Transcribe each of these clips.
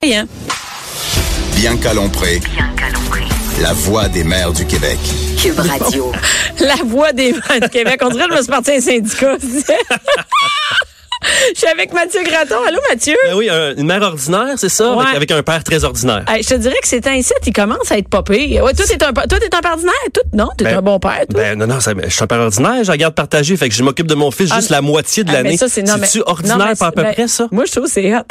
Rien. Bien calompré. La voix des mères du Québec. Cube Radio. La voix des vents du Québec. On dirait que je me suis partie à un syndicat. Je suis avec Mathieu Graton. Allô, Mathieu? Ben oui, un- une mère ordinaire, c'est ça, Ouais. avec, avec un père très ordinaire. Hey, je te dirais que ces temps-ci, il commence à être popé. Ouais, toi, t'es un, pa- toi, t'es un partenaire? Toi, non, t'es Ben, un bon père, toi. Ben non, non, ça- je suis un père ordinaire, je la garde partagée, fait que je m'occupe de mon fils Ah, juste la moitié de Ah, mais l'année. ça, c'est non, mais- tu non, ordinaire mais- par à peu ben, près ça? Moi, je trouve que c'est hot.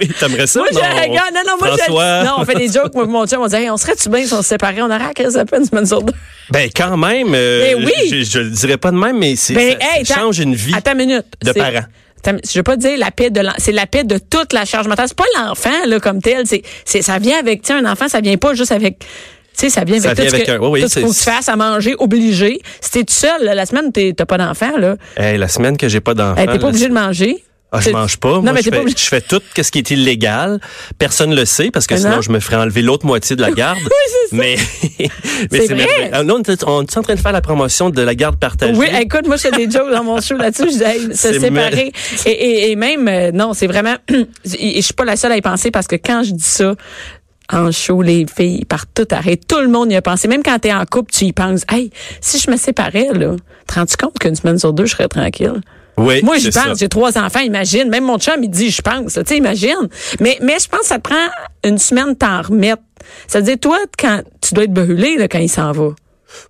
Oui, T'aimerais ça? moi, je non. regarde. Non, non, moi, François. je. Non, on fait des jokes. Moi, et mon chum, on dit, hey, on serait-tu bien si on se séparait? On aurait à crise à peine une semaine sur deux. Ben quand même, euh, Ben oui. je, je le dirais pas de même, mais c'est, Ben, ça, hey, ça attends- change une vie. Attends une minute. de C'est- parents. Attends, Je veux pas dire la paix de l'en- c'est la paix de toute la charge mentale. C'est pas l'enfant là comme tel, c'est c'est ça vient avec tu sais, un enfant, ça vient pas juste avec tu sais ça vient avec Ça tout vient ce avec que un- oui, oui, tout ce c'est- qu'il faut que tu fasses à manger obligé. Si t'es tout seul là, la semaine t'es- t'as pas d'enfant là, Hey, la semaine que j'ai pas d'enfant. hey, t'es là, pas obligé de manger. Ah, je T'es- mange pas. Non Moi, mais je, t'es fais, pas obligé. je fais tout ce qui est illégal. Personne le sait parce que Mais sinon non. je me ferais enlever l'autre moitié de la garde. Oui, mais mais C'est c'est vrai. merveilleux. Ah, non, on est on est en train de faire la promotion de la garde partagée. Oui, écoute, moi, je fais des jokes dans mon show là-dessus. Je dis, hey, se C'est séparer. Et, et, et même, euh, non, c'est vraiment. et je suis pas la seule à y penser parce que quand je dis ça, en show, les filles partent toutes arrêter. Tout le monde y a pensé. Même quand t'es en couple, tu y penses. Hey, si je me séparais, là, te rends-tu compte qu'une semaine sur deux, je serais tranquille? Oui, Moi, j'y c'est ça. pense. J'ai trois enfants, imagine. Même mon chum, il dit, je pense. là. Tu sais, imagine. Mais, mais je pense que ça te prend une semaine de t'en remettre. Ça veut dire, toi, quand, tu dois être brûlé, là, quand il s'en va.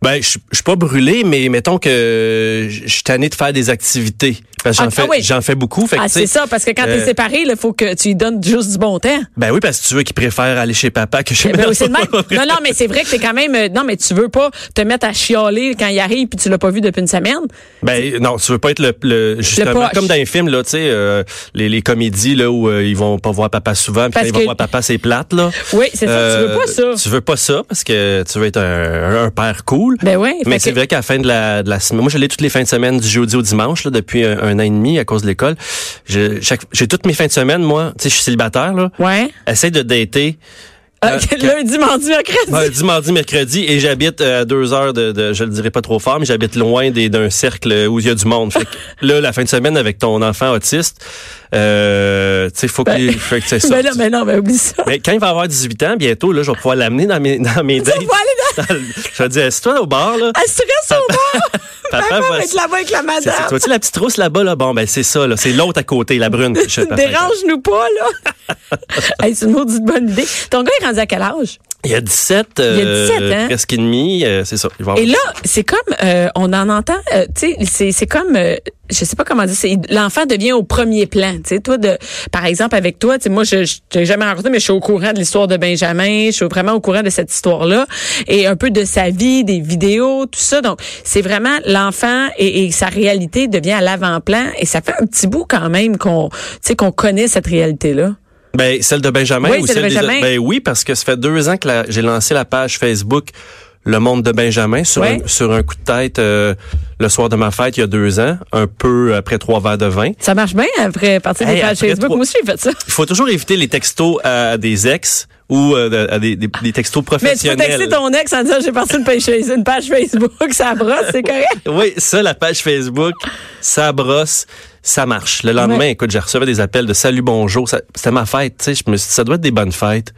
Ben, je je suis pas brûlé, mais mettons que je je suis tanné de faire des activités. Parce que Ah, j'en fais, ah oui. j'en fais beaucoup. Fait que, Ah, tu sais, c'est ça, parce que quand t'es euh, séparé, il faut que tu lui donnes juste du bon temps. Ben oui, parce que tu veux qu'il préfère aller chez papa que chez Ben, maman. c'est de même. Non, non, mais c'est vrai que c'est quand même. euh, Non, mais tu veux pas te mettre à chialer quand il arrive puis tu l'as pas vu depuis une semaine. Ben non, tu veux pas être le, le justement poche. comme dans les films là, tu sais, euh, les, les comédies là où euh, ils vont pas voir papa souvent, puis quand Parce ils vont que- voir papa c'est plate là. Euh, Oui, c'est ça, tu veux pas ça. Tu veux pas ça parce que tu veux être un, un père cool. Ben ouais, fait Mais c'est que- vrai qu'à la fin de la, de la semaine, moi j'allais toutes les fins de semaine du jeudi au dimanche là depuis un, un an et demi à cause de l'école. Je- chaque- J'ai toutes mes fins de semaine moi, tu sais, je suis célibataire là. Ouais. Essaye de dater. Euh, quand- lundi, mardi, mercredi. Lundi, mardi, Ben, mercredi, et j'habite euh, à deux heures de, de- je le dirai pas trop fort, mais j'habite loin des- d'un cercle où il y a du monde. Fait que là, la fin de semaine avec ton enfant autiste, euh, tu sais, faut que, Ben- faut que ça Ben sorte. non, mais non, mais oublie ça. Mais quand il va avoir 18 ans, bientôt, là, je vais pouvoir l'amener dans mes, dans mes dates. Tu vas aller dans. Dans le- je vais dire, assis-toi au bar, là. Elle se reste au bord. Papa Maman va- va être là-bas avec la C'est- c'est- Tu madame. vois-tu la petite rousse là-bas, là? Bon, ben, c'est ça, là. C'est l'autre à côté, la brune. Je- papa, Dérange-nous pas, là. Hey, c'est une maudite bonne idée. Ton gars est rendu à quel âge? Il y a 17, Il y a 17, euh, hein? presque et demi, euh, c'est ça. Il va avoir- Et là, c'est comme euh, on en entend, euh, tu sais, c'est c'est comme euh, je sais pas comment dire, c'est l'enfant devient au premier plan, tu sais, toi de par exemple avec toi, tu sais moi je je t'ai jamais rencontré mais je suis au courant de l'histoire de Benjamin, je suis vraiment au courant de cette histoire-là et un peu de sa vie, des vidéos, tout ça. Donc, c'est vraiment l'enfant et, et sa réalité devient à l'avant-plan et ça fait un petit bout quand même qu'on tu sais qu'on connaît cette réalité-là. Ben, celle de Benjamin Oui, ou celle de celle des autres? Benjamin. Ben oui, parce que ça fait deux ans que la- j'ai lancé la page Facebook Le Monde de Benjamin sur, Ouais. un, sur un coup de tête euh, le soir de ma fête il y a deux ans, un peu après trois verres de vin. Ça marche bien après partir Hey, des pages après Facebook, trois- moi aussi j'ai fait ça. Il faut toujours éviter les textos à des ex ou euh, à des, des- des textos Mais tu peux professionnels. texter ton ex en disant j'ai parti une page, une page Facebook, ça brosse, c'est correct. Oui, ça, la page Facebook, ça brosse, ça marche. Le lendemain, Ouais. écoute, j'ai reçu des appels de salut, bonjour. ça- C'était ma fête, tu sais. Je me suis dit, ça doit être des bonnes fêtes.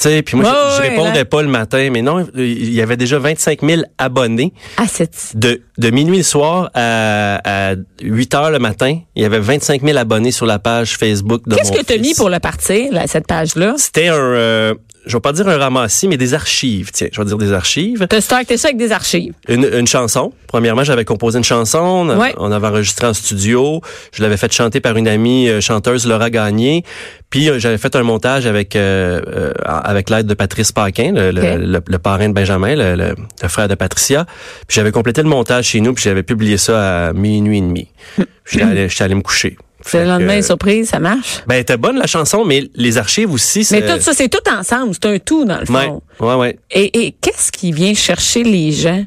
Tu sais, puis moi, Ouais, je, je ouais, répondais ouais. pas le matin, mais non, il y avait déjà 25 000 abonnés. Ah, c'est. De, de minuit le soir à, à 8 heures le matin, il y avait 25 000 abonnés sur la page Facebook de Qu'est-ce mon que t'as fils. mis pour le partir, là, cette page-là? C'était un, euh, je vais pas dire un ramassis, mais des archives, tiens, je vais dire des archives. T'as starté ça avec des archives. Une, une chanson. Premièrement, j'avais composé une chanson. On, Ouais. on avait enregistré en studio. Je l'avais fait chanter par une amie euh, chanteuse, Laura Gagné. Puis euh, j'avais fait un montage avec euh, euh, avec l'aide de Patrice Paquin, le, le- Ok. le- le parrain de Benjamin, le, le- le frère de Patricia. Puis j'avais complété le montage chez nous, puis j'avais publié ça à minuit et demi. Puis J'étais allé, j'étais allé me coucher. C'est Fait Hmm. le lendemain, que- surprise, ça marche. Ben, était bonne la chanson, mais les archives aussi. Mais c'est- tout ça, c'est tout ensemble. C'est un tout, dans le fond. Ouais, ouais, ouais. Et, et qu'est-ce qui vient chercher les gens?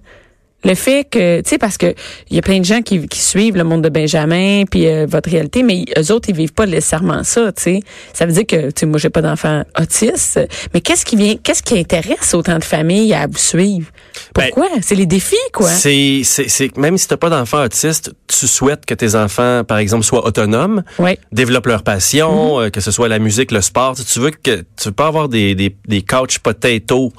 le fait que, tu sais, parce que il y a plein de gens qui, qui suivent le monde de Benjamin puis euh, votre réalité, mais ils- eux autres, ils vivent pas nécessairement ça, tu sais. Ça veut dire que, tu sais, moi, j'ai pas d'enfant autiste, mais qu'est-ce qui vient, qu'est-ce qui intéresse autant de familles à vous suivre? Ben, Pourquoi? c'est les défis, quoi. C'est, c'est, c'est- même si t'as pas d'enfant autiste, tu souhaites que tes enfants, par exemple, soient autonomes, Ouais. Mhm. développent leur passion, euh, que ce soit la musique, le sport. Tu- Tu veux que tu veux pas avoir des des, des couch potato.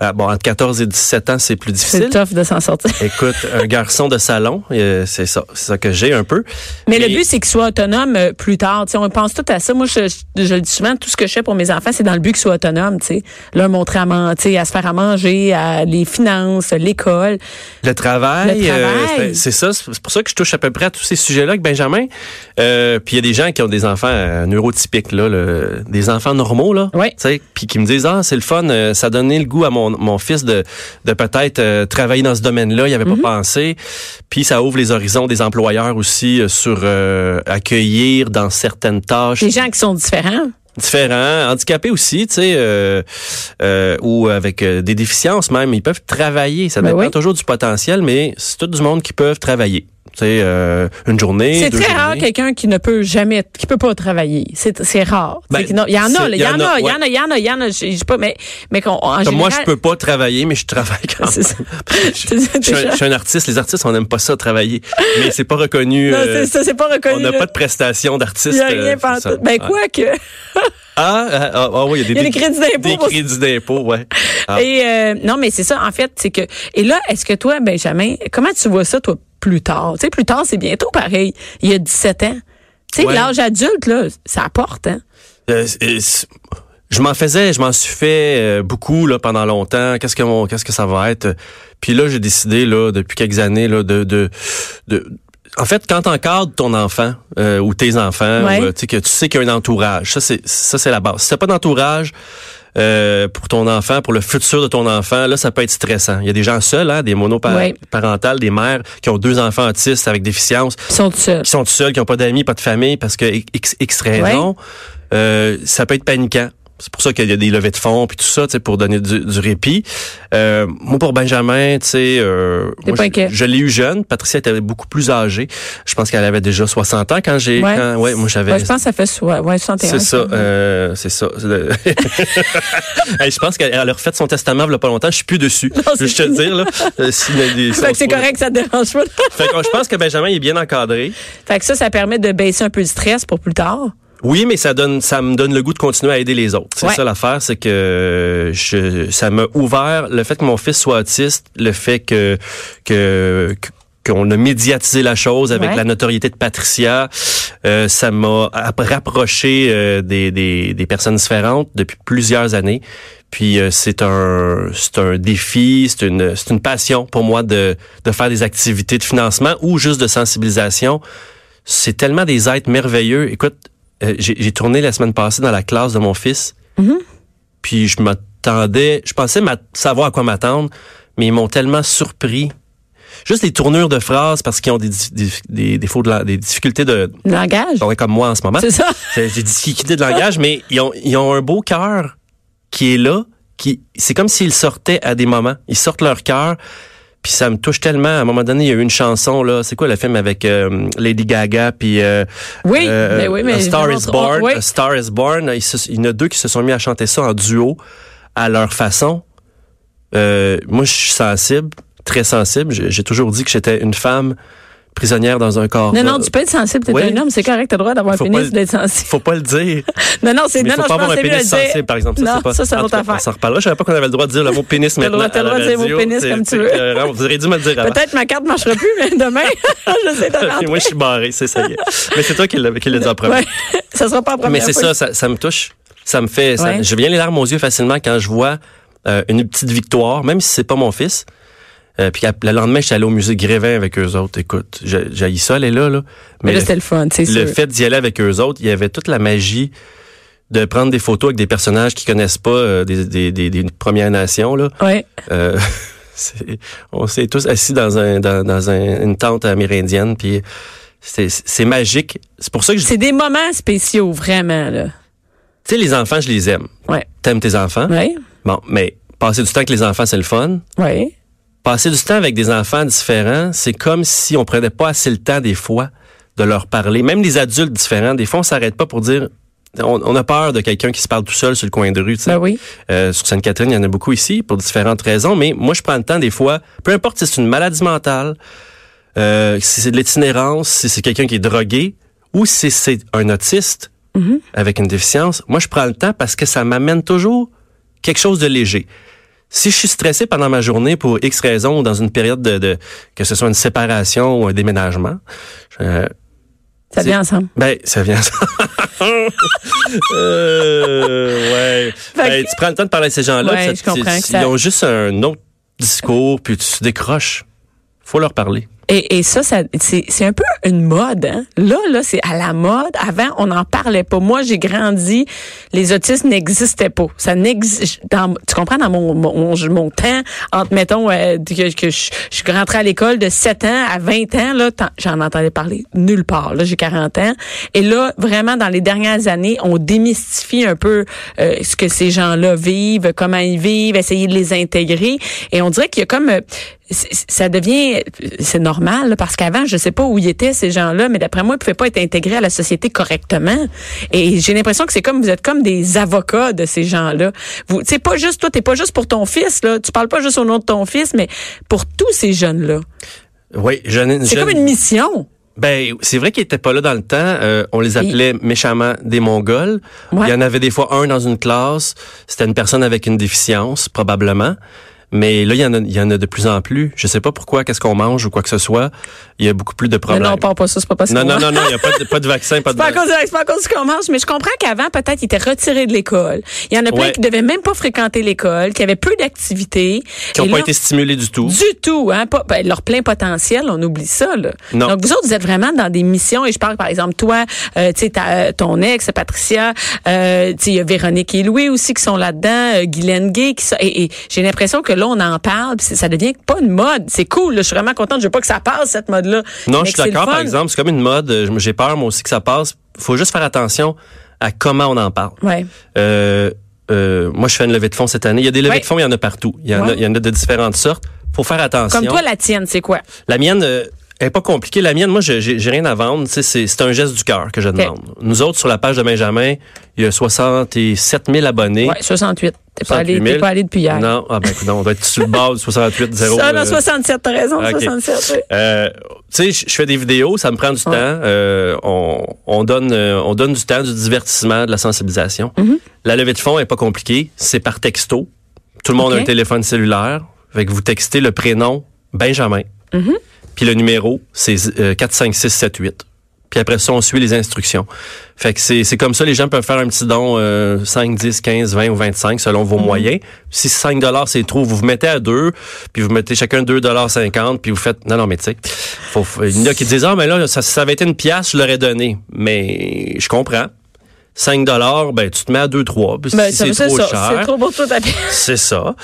Euh, bon, entre 14 et 17 ans, c'est plus Mhm. C'est difficile. tough de s'en sortir. Écoute, un garçon de salon, euh, c'est ça, c'est ça que j'ai un peu. Mais le but, c'est qu'ils soient autonomes euh, plus tard. Tu sais, on pense tout à ça. Moi, je, je, je le dis souvent, tout ce que je fais pour mes enfants, c'est dans le but qu'ils soient autonomes. tu sais. Leur montrer à, man- tu sais, à se faire à manger, à les finances, l'école. Le travail, Le euh, travail. c'est- c'est ça. C'est pour ça que je touche à peu près à tous ces sujets-là avec Benjamin. Euh, puis il y a des gens qui ont des enfants euh, neurotypiques, là, le- des enfants normaux, là. Ouais. tu sais, Puis qui me disent ah c'est le fun, euh, ça a donné le goût à mon, mon fils de, de peut-être euh, travailler dans ce domaine-là. Il avait Mhm. pas pensé. Puis ça ouvre les horizons des employeurs aussi euh, sur euh, accueillir dans certaines tâches Des gens qui sont différents. différents, handicapés aussi, tu sais, euh, euh, ou avec euh, des déficiences même, ils peuvent travailler. Ça Ben dépend oui. toujours du potentiel, mais c'est tout du monde qui peuvent travailler. Tu sais, euh, une journée, C'est deux très rare journées. quelqu'un qui ne peut jamais, qui peut pas travailler. C'est c'est rare. Ben, C'est que non, Il y en a, c'est- là, il y en a, il y en a, il y en a, il y en a. Je je sais pas, mais mais qu'on en Comme général. moi, je peux pas travailler, mais je travaille quand même. C'est ça. je, je suis un- je suis un artiste. Les artistes, on n'aime pas ça travailler, mais c'est pas reconnu. Non, euh, c'est ça, c'est pas on reconnu. n'a là. pas de prestations Il d'artiste. y a euh, rien c'est ça. partout. Ben Ah. quoi que. Ah, ah, ah, ah oui, il y a des, Il y a des crédits d'impôt Des pour ça. crédits d'impôt, ouais. Ah. Et euh, non, mais c'est ça, en fait, c'est que. Et là, est-ce que toi, Benjamin, comment tu vois ça, toi, plus tard? Tu sais, plus tard, c'est bientôt pareil. Il y a 17 ans. Tu sais, Ouais. l'âge adulte, là, ça apporte, hein? Euh, euh, c- je m'en faisais, je m'en suis fait euh, beaucoup là pendant longtemps. Qu'est-ce que mon, qu'est-ce que ça va être Puis là, j'ai décidé là depuis quelques années là de de, de en fait, quand t'encadres ton enfant euh, ou tes enfants, Ouais. ou, euh, tu sais que tu sais qu'il y a un entourage. Ça c'est ça c'est la base. Si t'as pas d'entourage euh, pour ton enfant, pour le futur de ton enfant, là ça peut être stressant. Il y a des gens seuls, hein, des Ouais. monoparentales, des mères qui ont deux enfants autistes avec déficience Ils sont tout seuls. qui sont tout seuls, qui n'ont pas d'amis, pas de famille, parce que X, X raison, euh, ça peut être paniquant. C'est pour ça qu'il y a des levées de fonds puis tout ça, tu sais, pour donner du, du répit. Euh, moi, pour Benjamin, tu sais, euh, T'es moi, pas je- inquiet. je, l'ai eu jeune. Patricia était beaucoup plus âgée. Je pense qu'elle avait déjà 60 ans quand j'ai... quand- ouais moi, j'avais... Ouais, je pense que ça fait soi. Ouais, 61. C'est ça, euh, c'est ça. C'est le- Hey, je pense qu'elle elle a refait son testament il y a pas longtemps. Je suis plus dessus. Non, je c'est veux te le dire là. Euh, s'il y a des- Fait que c'est correct, ça te dérange pas. Fait que je pense que Benjamin il est bien encadré. fait que ça, ça permet de baisser un peu le stress pour plus tard. Oui, mais ça donne, ça me donne le goût de continuer à aider les autres. C'est Ouais. ça l'affaire, c'est que je, ça m'a ouvert le fait que mon fils soit autiste, le fait que que que- qu'on a médiatisé la chose avec Ouais. la notoriété de Patricia, euh, ça m'a app- rapproché euh, des, des, des personnes différentes depuis plusieurs années. Puis euh, c'est un c'est un défi, c'est une c'est une passion pour moi de de faire des activités de financement ou juste de sensibilisation c'est tellement des êtres merveilleux. Écoute, euh, j'ai j'ai tourné la semaine passée dans la classe de mon fils. Puis je m'attendais, je pensais m'a- savoir à quoi m'attendre, mais ils m'ont tellement surpris. Juste les tournures de phrases parce qu'ils ont des, dif- des, des défauts de la- des difficultés de Langage. parler comme moi en ce moment. C'est ça. C'est- J'ai difficulté de langage, mais ils ont, ils ont un beau cœur qui est là, qui c'est comme s'ils sortaient à des moments. Ils sortent leur cœur, puis ça me touche tellement. À un moment donné, il y a eu une chanson là, c'est quoi le film avec euh, Lady Gaga puis euh, Oui, euh, mais oui, mais A Star is on- Born, oui. A Star is Born. Ils se- il y en a deux qui se sont mis à chanter ça en duo à leur façon. Euh, moi, je suis sensible, très sensible. J'ai j'ai toujours dit que j'étais une femme prisonnière dans un corps. Non, de- non, tu peux être sensible, t'es Oui. un homme, c'est correct, t'as le droit d'avoir un Faut pas pénis le- d'être sensible. Faut pas le dire. Non, non, c'est, Mais non, faut non, je pas avoir un pensais mieux le pénis dire. sensible, par exemple. Ça, non, c'est pas, ça, c'est En notre tout cas, affaire. On s'en reparlera. Je savais pas qu'on avait le droit de dire le mot pénis le maintenant. droit- t'as le à la droit de dire radio. mot pénis C'est- comme tu c'est veux. écœurant. Vous auriez dû me le dire avant. Peut-être ma carte marchera plus, mais demain, je sais t'en Moi, je suis barré, c'est ça. y est. Mais c'est toi qui l'as qui l'as dit en premier. Ouais. ça sera pas la première Mais c'est fois. ça, ça, ça me touche. Ça me fait. ça- Ouais. je viens les larmes aux yeux facilement quand je vois euh, une petite victoire, même si c'est pas mon fils. Euh, puis le lendemain, je suis allé au musée Grévin avec eux autres. Écoute, j'ai j'ai ça, aller là, là. Mais là, le- c'était le fun, c'est sûr. le fait d'y aller avec eux autres, il y avait toute la magie de prendre des photos avec des personnages qui connaissent pas euh, des, des, des, des Premières Nations là. Ouais. Euh, c'est- on s'est tous assis dans un dans, dans un- une tente amérindienne puis c'est c'est magique. C'est pour ça que je tu C'est des moments spéciaux, vraiment, là. sais les enfants, je les aime. Ouais. T'aimes tes enfants Ouais. Bon, mais passer du temps avec les enfants, c'est le fun. Ouais. passer du temps avec des enfants différents, c'est comme si on prenait pas assez le temps des fois de leur parler. Même les adultes différents, des fois, on s'arrête pas pour dire. On, on a peur de quelqu'un qui se parle tout seul sur le coin de rue. tu sais. Ben oui. Euh, sur Sainte-Catherine, il y en a beaucoup ici pour différentes raisons, mais moi, je prends le temps des fois, peu importe si c'est une maladie mentale, euh, si c'est de l'itinérance, si c'est quelqu'un qui est drogué ou si c'est un autiste avec une déficience, moi, je prends le temps parce que ça m'amène toujours quelque chose de léger. Si je suis stressé pendant ma journée pour X raison ou dans une période de, de- que ce soit une séparation ou un déménagement, euh, Ça C'est- vient ensemble. ben, ça vient. euh, ouais. Fait Ben, que- tu prends le temps de parler à ces gens-là. Ouais, puis ça- je comprends c'est- que ça- Ils ont juste un autre discours, puis tu décroches. Faut leur parler. Et, et ça, ça c'est c'est un peu une mode. Hein? Là, là, c'est à la mode. Avant, on n'en parlait pas. Moi, j'ai grandi, les autistes n'existaient pas. Ça n'existe. Tu comprends dans mon mon, mon- mon temps entre mettons euh, que, que je, je suis rentrée à l'école de 7 ans à 20 ans là, t'en- j'en entendais parler nulle part. Là, j'ai 40 ans et là, vraiment dans les dernières années, on démystifie un peu euh, ce que ces gens-là vivent, comment ils vivent, essayer de les intégrer et on dirait qu'il y a comme euh, c- c- ça devient c'est normal là, parce qu'avant je sais pas où ils étaient ces gens-là mais d'après moi ils pouvaient pas être intégrés à la société correctement et j'ai l'impression que c'est comme vous êtes comme des avocats de ces gens-là vous c'est pas juste toi t'es pas juste pour ton fils là tu parles pas juste au nom de ton fils mais pour tous ces jeunes-là Oui, je, c'est je- comme une mission Ben, c'est vrai qu'ils étaient pas là dans le temps. Euh, on les appelait méchamment des Mongols. Ouais. Il y en avait des fois un dans une classe. C'était une personne avec une déficience, probablement. Mais là, il y en a, il y en a de plus en plus. Je sais pas pourquoi, qu'est-ce qu'on mange ou quoi que ce soit. Il y a beaucoup plus de non problèmes. non parle pas ça c'est pas possible non, non, non, non, il n'y a pas de, pas de vaccin, pas de C'est pas, à cause de, c'est pas à cause de ce qu'on mange, mais je comprends qu'avant, peut-être, ils étaient retirés de l'école. Il y en a plein Ouais. qui devaient même pas fréquenter l'école, qui avaient peu d'activités. qui Et n'ont pas là, été stimulés du tout. Du tout, hein, pas, ben, leur plein potentiel, on oublie ça. Là. Non. Donc vous autres, vous êtes vraiment dans des missions. Et je parle par exemple toi, euh, tu sais ta- euh, ton ex Patricia, euh, tu sais, il y a Véronique et Louis aussi qui sont là-dedans, euh, Guylaine Gay. Qui sont- et, et j'ai l'impression que là on en parle, puis c'est- ça devient pas une mode. C'est cool. là, je suis vraiment contente. Je veux pas que ça passe cette mode-là. Non, Mais je suis que c'est le d'accord, par fun. exemple, c'est comme une mode. Euh, J'ai peur, moi aussi, que ça passe. faut juste faire attention à comment on en parle. Ouais. Euh, euh, moi, je fais une levée de fonds cette année. Il y a des levées Ouais. de fonds, il y en a partout. Il y en, a, Ouais. il y en a de différentes sortes. faut faire attention. Comme toi la tienne, c'est quoi La mienne euh, est pas compliquée. La mienne, moi, je- j'ai j'ai rien à vendre. Tu sais, C'est c'est un geste du cœur que je demande. Nous autres, sur la page de Benjamin, il y a 67 000 abonnés. Ouais, 68. T'es pas 68 allé, 000. t'es pas allé depuis hier. Non, ah ben, écoute, on doit être sur le bas de 68 0. Ah, non, euh, 67, t'as raison, Ok. 67. oui. Euh, tu sais, je- je fais des vidéos, ça me prend du temps. Euh, on, on donne, euh, on donne du temps, du divertissement, de la sensibilisation. La levée de fonds est pas compliquée. C'est par texto. Tout le monde Ok. a un téléphone cellulaire. Fait que vous textez le prénom Benjamin. Puis le numéro, c'est euh, 45678. Puis après ça, on suit les instructions. Fait que c'est c'est comme ça, les gens peuvent faire un petit don euh, 5, 10, 15, 20 ou 25 selon Mhm. vos moyens. Si 5 dollars c'est trop, vous vous mettez à deux, puis vous mettez chacun 2 dollars 50, puis vous faites non non mais tu sais, faut- faut- il y en a qui disent "Ah mais là ça, ça avait été une pièce, je l'aurais donné." Mais je comprends. 5 dollars, ben tu te mets à 2 3 puis Ben, si ça veut c'est dire trop ça. cher. C'est trop beau toi ta C'est ça.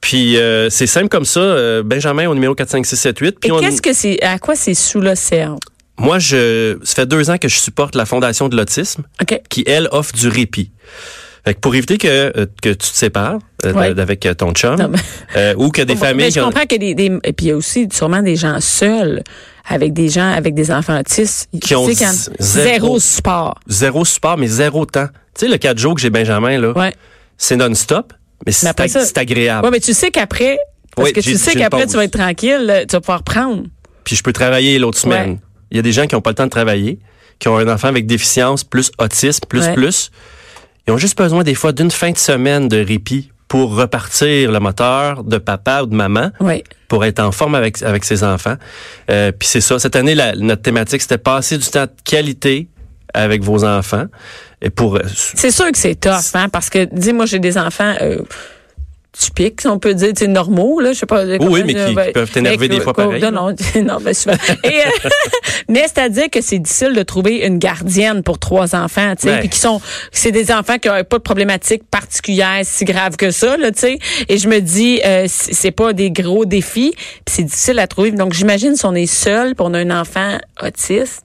Puis euh, c'est simple comme ça, euh, Benjamin au numéro 45678, puis Et on- qu'est-ce que c'est à quoi c'est sous l'océan moi je ça fait deux ans que je supporte la fondation de l'autisme OK. qui, elle, offre du répit. Fait que pour éviter que, euh, que tu te sépares euh, Ouais. d'avec euh, ton chum Non, mais- euh, ou que des familles... mais Ben, je qui ont- comprends que des, des- et puis il y a aussi sûrement des gens seuls avec des gens avec des enfants autistes Qui ont Tu sais qu'il y en a z- zéro zéro. support. Zéro support, mais zéro temps. Tu sais, le 4 jours que j'ai Benjamin, là, Ouais. c'est non-stop, mais c'est Mais après ag- ça- c'est agréable. Ouais, mais tu sais qu'après parce Oui, que tu Ah. j'ai- sais j'ai une qu'après pause. tu vas être tranquille, là, tu vas pouvoir prendre. Puis je peux travailler l'autre semaine. Ouais. Il y a des gens qui n'ont pas le temps de travailler, qui ont un enfant avec déficience, plus autisme, plus, Ouais. plus. Ils ont juste besoin des fois d'une fin de semaine de répit pour repartir le moteur de papa ou de maman. Ouais. pour être en forme avec, avec ses enfants. Euh, Puis c'est ça. Cette année, la- notre thématique, c'était passer du temps de qualité avec vos enfants. Et pour, euh, s- C'est sûr que c'est tough, hein, parce que, dis-moi, j'ai des enfants euh, typiques, si on peut dire, tu sais, normaux, là, je sais pas. comment oui, mais dire, qui- ben, qui peuvent t'énerver mais que- des fois que- pareil, Non, non, non, ben, souvent. Et, euh, mais c'est-à-dire que c'est difficile de trouver une gardienne pour trois enfants, tu sais, Ouais. puis qui sont, c'est des enfants qui n'ont pas de problématique particulière si grave que ça, là, tu sais. Et je me dis, euh, c'est c'est pas des gros défis, puis c'est difficile à trouver. Donc, j'imagine si on est seul, puis on a un enfant autiste,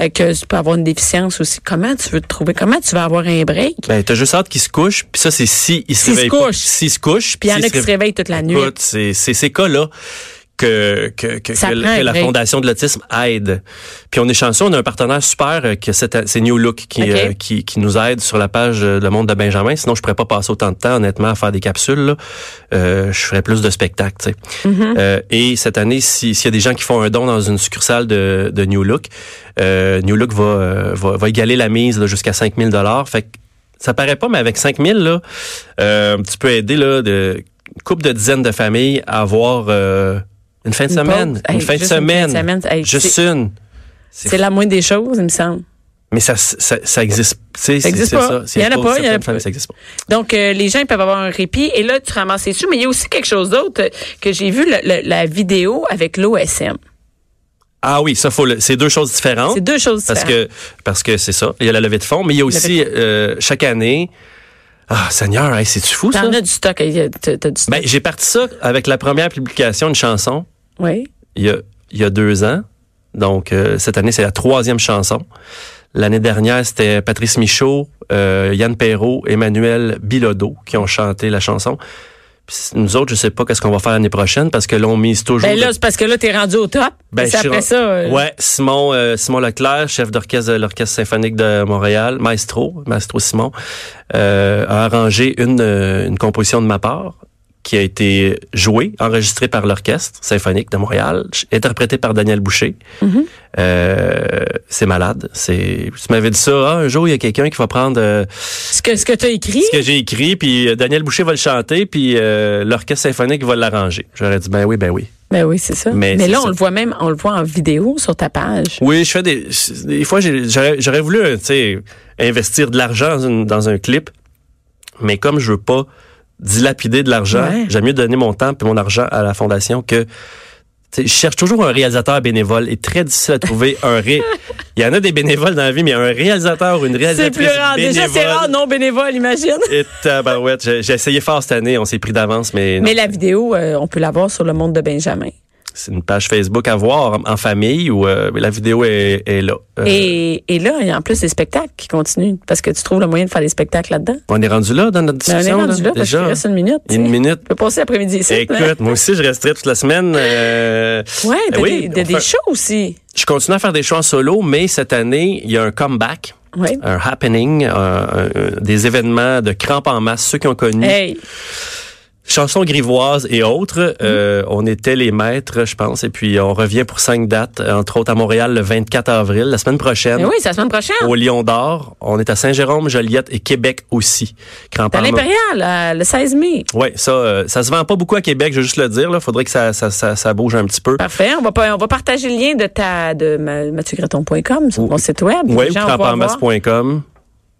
euh, que tu peux avoir une déficience aussi. Comment tu veux te trouver? Comment tu vas avoir un break? ben, t'as juste hâte qu'ils se couchent. Puis ça, c'est si ils se S'ils se réveillent pas. couchent. S'ils se couchent. Puis il y en s'ils a qui se réveillent toute la nuit. Écoute, c'est c'est ces cas-là. que, que, que, Ça que prend un la break. Fondation de l'autisme aide. Puis on est chanceux, on a un partenaire super euh, que c'est c'est New Look qui, Ok. euh, qui, qui nous aide sur la page euh, Le Monde de Benjamin. Sinon, je pourrais pas passer autant de temps, honnêtement, à faire des capsules. là. Euh, je ferais plus de spectacles. tu sais. Euh, et cette année, si- s'il y a des gens qui font un don dans une succursale de, de New Look, euh, New Look va, euh, va, va égaler la mise là, jusqu'à 5000 dollars. Fait que ça paraît pas, mais avec 5000 là, euh, tu peux aider là de une couple de dizaines de familles à avoir euh, une fin de Une semaine, pause. une, Hey, fin de juste une semaine, fin de semaine. Hey, juste c'est- une. C'est la moindre des choses, il me semble. Mais ça, ça, ça existe. tu sais, Ça c'est- existe c'est pas. Ça. C'est Il y en a pour pas, il y en a certaines pas. familles, ça existe pas. Donc, euh, les gens ils peuvent avoir un répit. Et là, tu ramasses les sous. Mais il y a aussi quelque chose d'autre euh, que j'ai vu, le- le- la vidéo avec l'OSM. Ah oui, ça faut. le- C'est deux choses différentes. C'est deux choses Oh, Parce différentes. que parce que c'est ça. Il y a la levée de fonds, mais il y a aussi euh, chaque année. Ah Seigneur, hey, c'est tu fou ça. T'en as du stock. hey, euh, T'as t'as du stock. Ben j'ai parti ça avec la première publication une chanson oui. il y a il y a deux ans. Donc euh, cette année c'est la troisième chanson. L'année dernière c'était Patrice Michaud, euh, Yann Perrault, Emmanuel Bilodeau qui ont chanté la chanson. Puis nous autres je sais pas qu'est-ce qu'on va faire l'année prochaine parce que l'on mise toujours. Ben le- là, c'est parce que là, t'es rendu au top. ben, Ben, je suis après ra- ça. euh, Ouais, Simon, euh, Simon Leclerc, chef d'orchestre de l'Orchestre symphonique de Montréal, maestro, maestro Simon, euh, a arrangé une, euh, une composition de ma part qui a été jouée, enregistrée par l'Orchestre symphonique de Montréal, ch- interprétée par Daniel Boucher. Mm-hmm. Euh, c'est malade. C'est, tu m'avais dit ça, Ah, un jour il y a quelqu'un qui va prendre euh, Ce que, ce que t'as écrit. ce que j'ai écrit, puis euh, Daniel Boucher va le chanter, puis euh, l'Orchestre symphonique va l'arranger. J'aurais dit, ben oui, ben oui. Ben oui, c'est ça. Mais Mais, c'est là, ça. on le voit même, on le voit en vidéo sur ta page. Oui, je fais des. Des fois, j'ai- j'aurais j'aurais voulu, euh, tu sais, investir de l'argent dans, une- dans un clip, mais comme je veux pas dilapider de l'argent, Ouais. j'aime mieux donner mon temps et mon argent à la fondation que. tu sais, Je cherche toujours un réalisateur bénévole. Il est très difficile à trouver un ré. Il y en a des bénévoles dans la vie, mais un réalisateur ou une C'est réalisatrice plus rare. Déjà, bénévole. c'est rare, non bénévole, imagine. Et tabarouette, j'ai j'ai essayé fort cette année, on s'est pris d'avance, mais, non. Mais la vidéo, euh, on peut la voir sur le monde de Benjamin. c'est une page Facebook à voir en, en famille où euh, la vidéo est, est là. Euh, Et, et là, il y a en plus des spectacles qui continuent parce que tu trouves le moyen de faire des spectacles là-dedans. On est rendu là dans notre Mais Ben, on est discussion. rendu là parce déjà. qu'il reste une minute. tu Une sais. minute. On peut passer l'après-midi ici. Écoute, moi aussi, je resterai toute la semaine. euh, Ouais, t'as des, oui, t'as on des fait- shows aussi. Je continue à faire des choix en solo, mais cette année, il y a un comeback, Ouais. un happening, euh, un- un- des événements de crampes en masse, ceux qui ont connu. Hey, Mm-hmm. Chansons grivoises et autres, euh, on était les maîtres, je pense, et puis on revient pour cinq dates, entre autres à Montréal le 24 avril, la semaine prochaine. ben oui, c'est la semaine prochaine. Au Lion d'Or, on est à Saint-Jérôme, Joliette et Québec aussi. Crampes T'as en masse. l'Impérial, euh, le 16 mai. Ouais, ça, euh, ça se vend pas beaucoup à Québec, je veux juste le dire. Là, faudrait que ça, ça, ça, ça bouge un petit peu. Parfait. On va, pas- on va partager le lien de ta de ma- mathieugreton.com sur mon site web. Oui, Les ou gens vont pouvoir voir. crampeenmasse.com.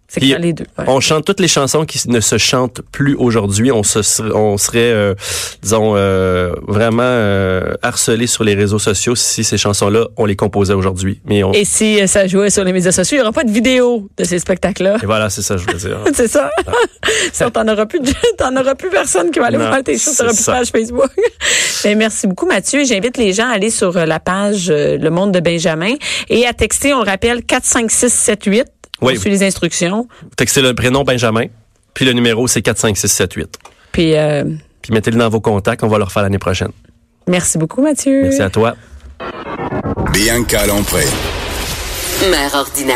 C'est Puis, que les deux. ouais. On chante toutes les chansons qui ne se chantent plus aujourd'hui. On se, ser- on serait, euh, disons, euh, vraiment euh, harcelé sur les réseaux sociaux si ces chansons-là, on les composait aujourd'hui. Mais on, et, Et si euh, ça jouait sur les médias sociaux, il n'y aura pas de vidéo de ces spectacles-là. voilà, c'est ça que je voulais dire. C'est ça? ça t'en auras plus, de- t'en auras plus personne qui va aller Ah. Non, voir tes choses, c'est t'auras plus de ça. page Facebook. Mais merci beaucoup, Mathieu. J'invite les gens à aller sur euh, la page euh, Le Monde de Benjamin et à texter, on le rappelle, 45678. Oui. On suit les instructions. Textez le prénom Benjamin, puis le numéro c'est 45678. Puis, euh, Puis mettez-le dans vos contacts, on va le refaire l'année prochaine. merci beaucoup, Mathieu. Merci à toi. Bianca Lompré. Mère ordinaire.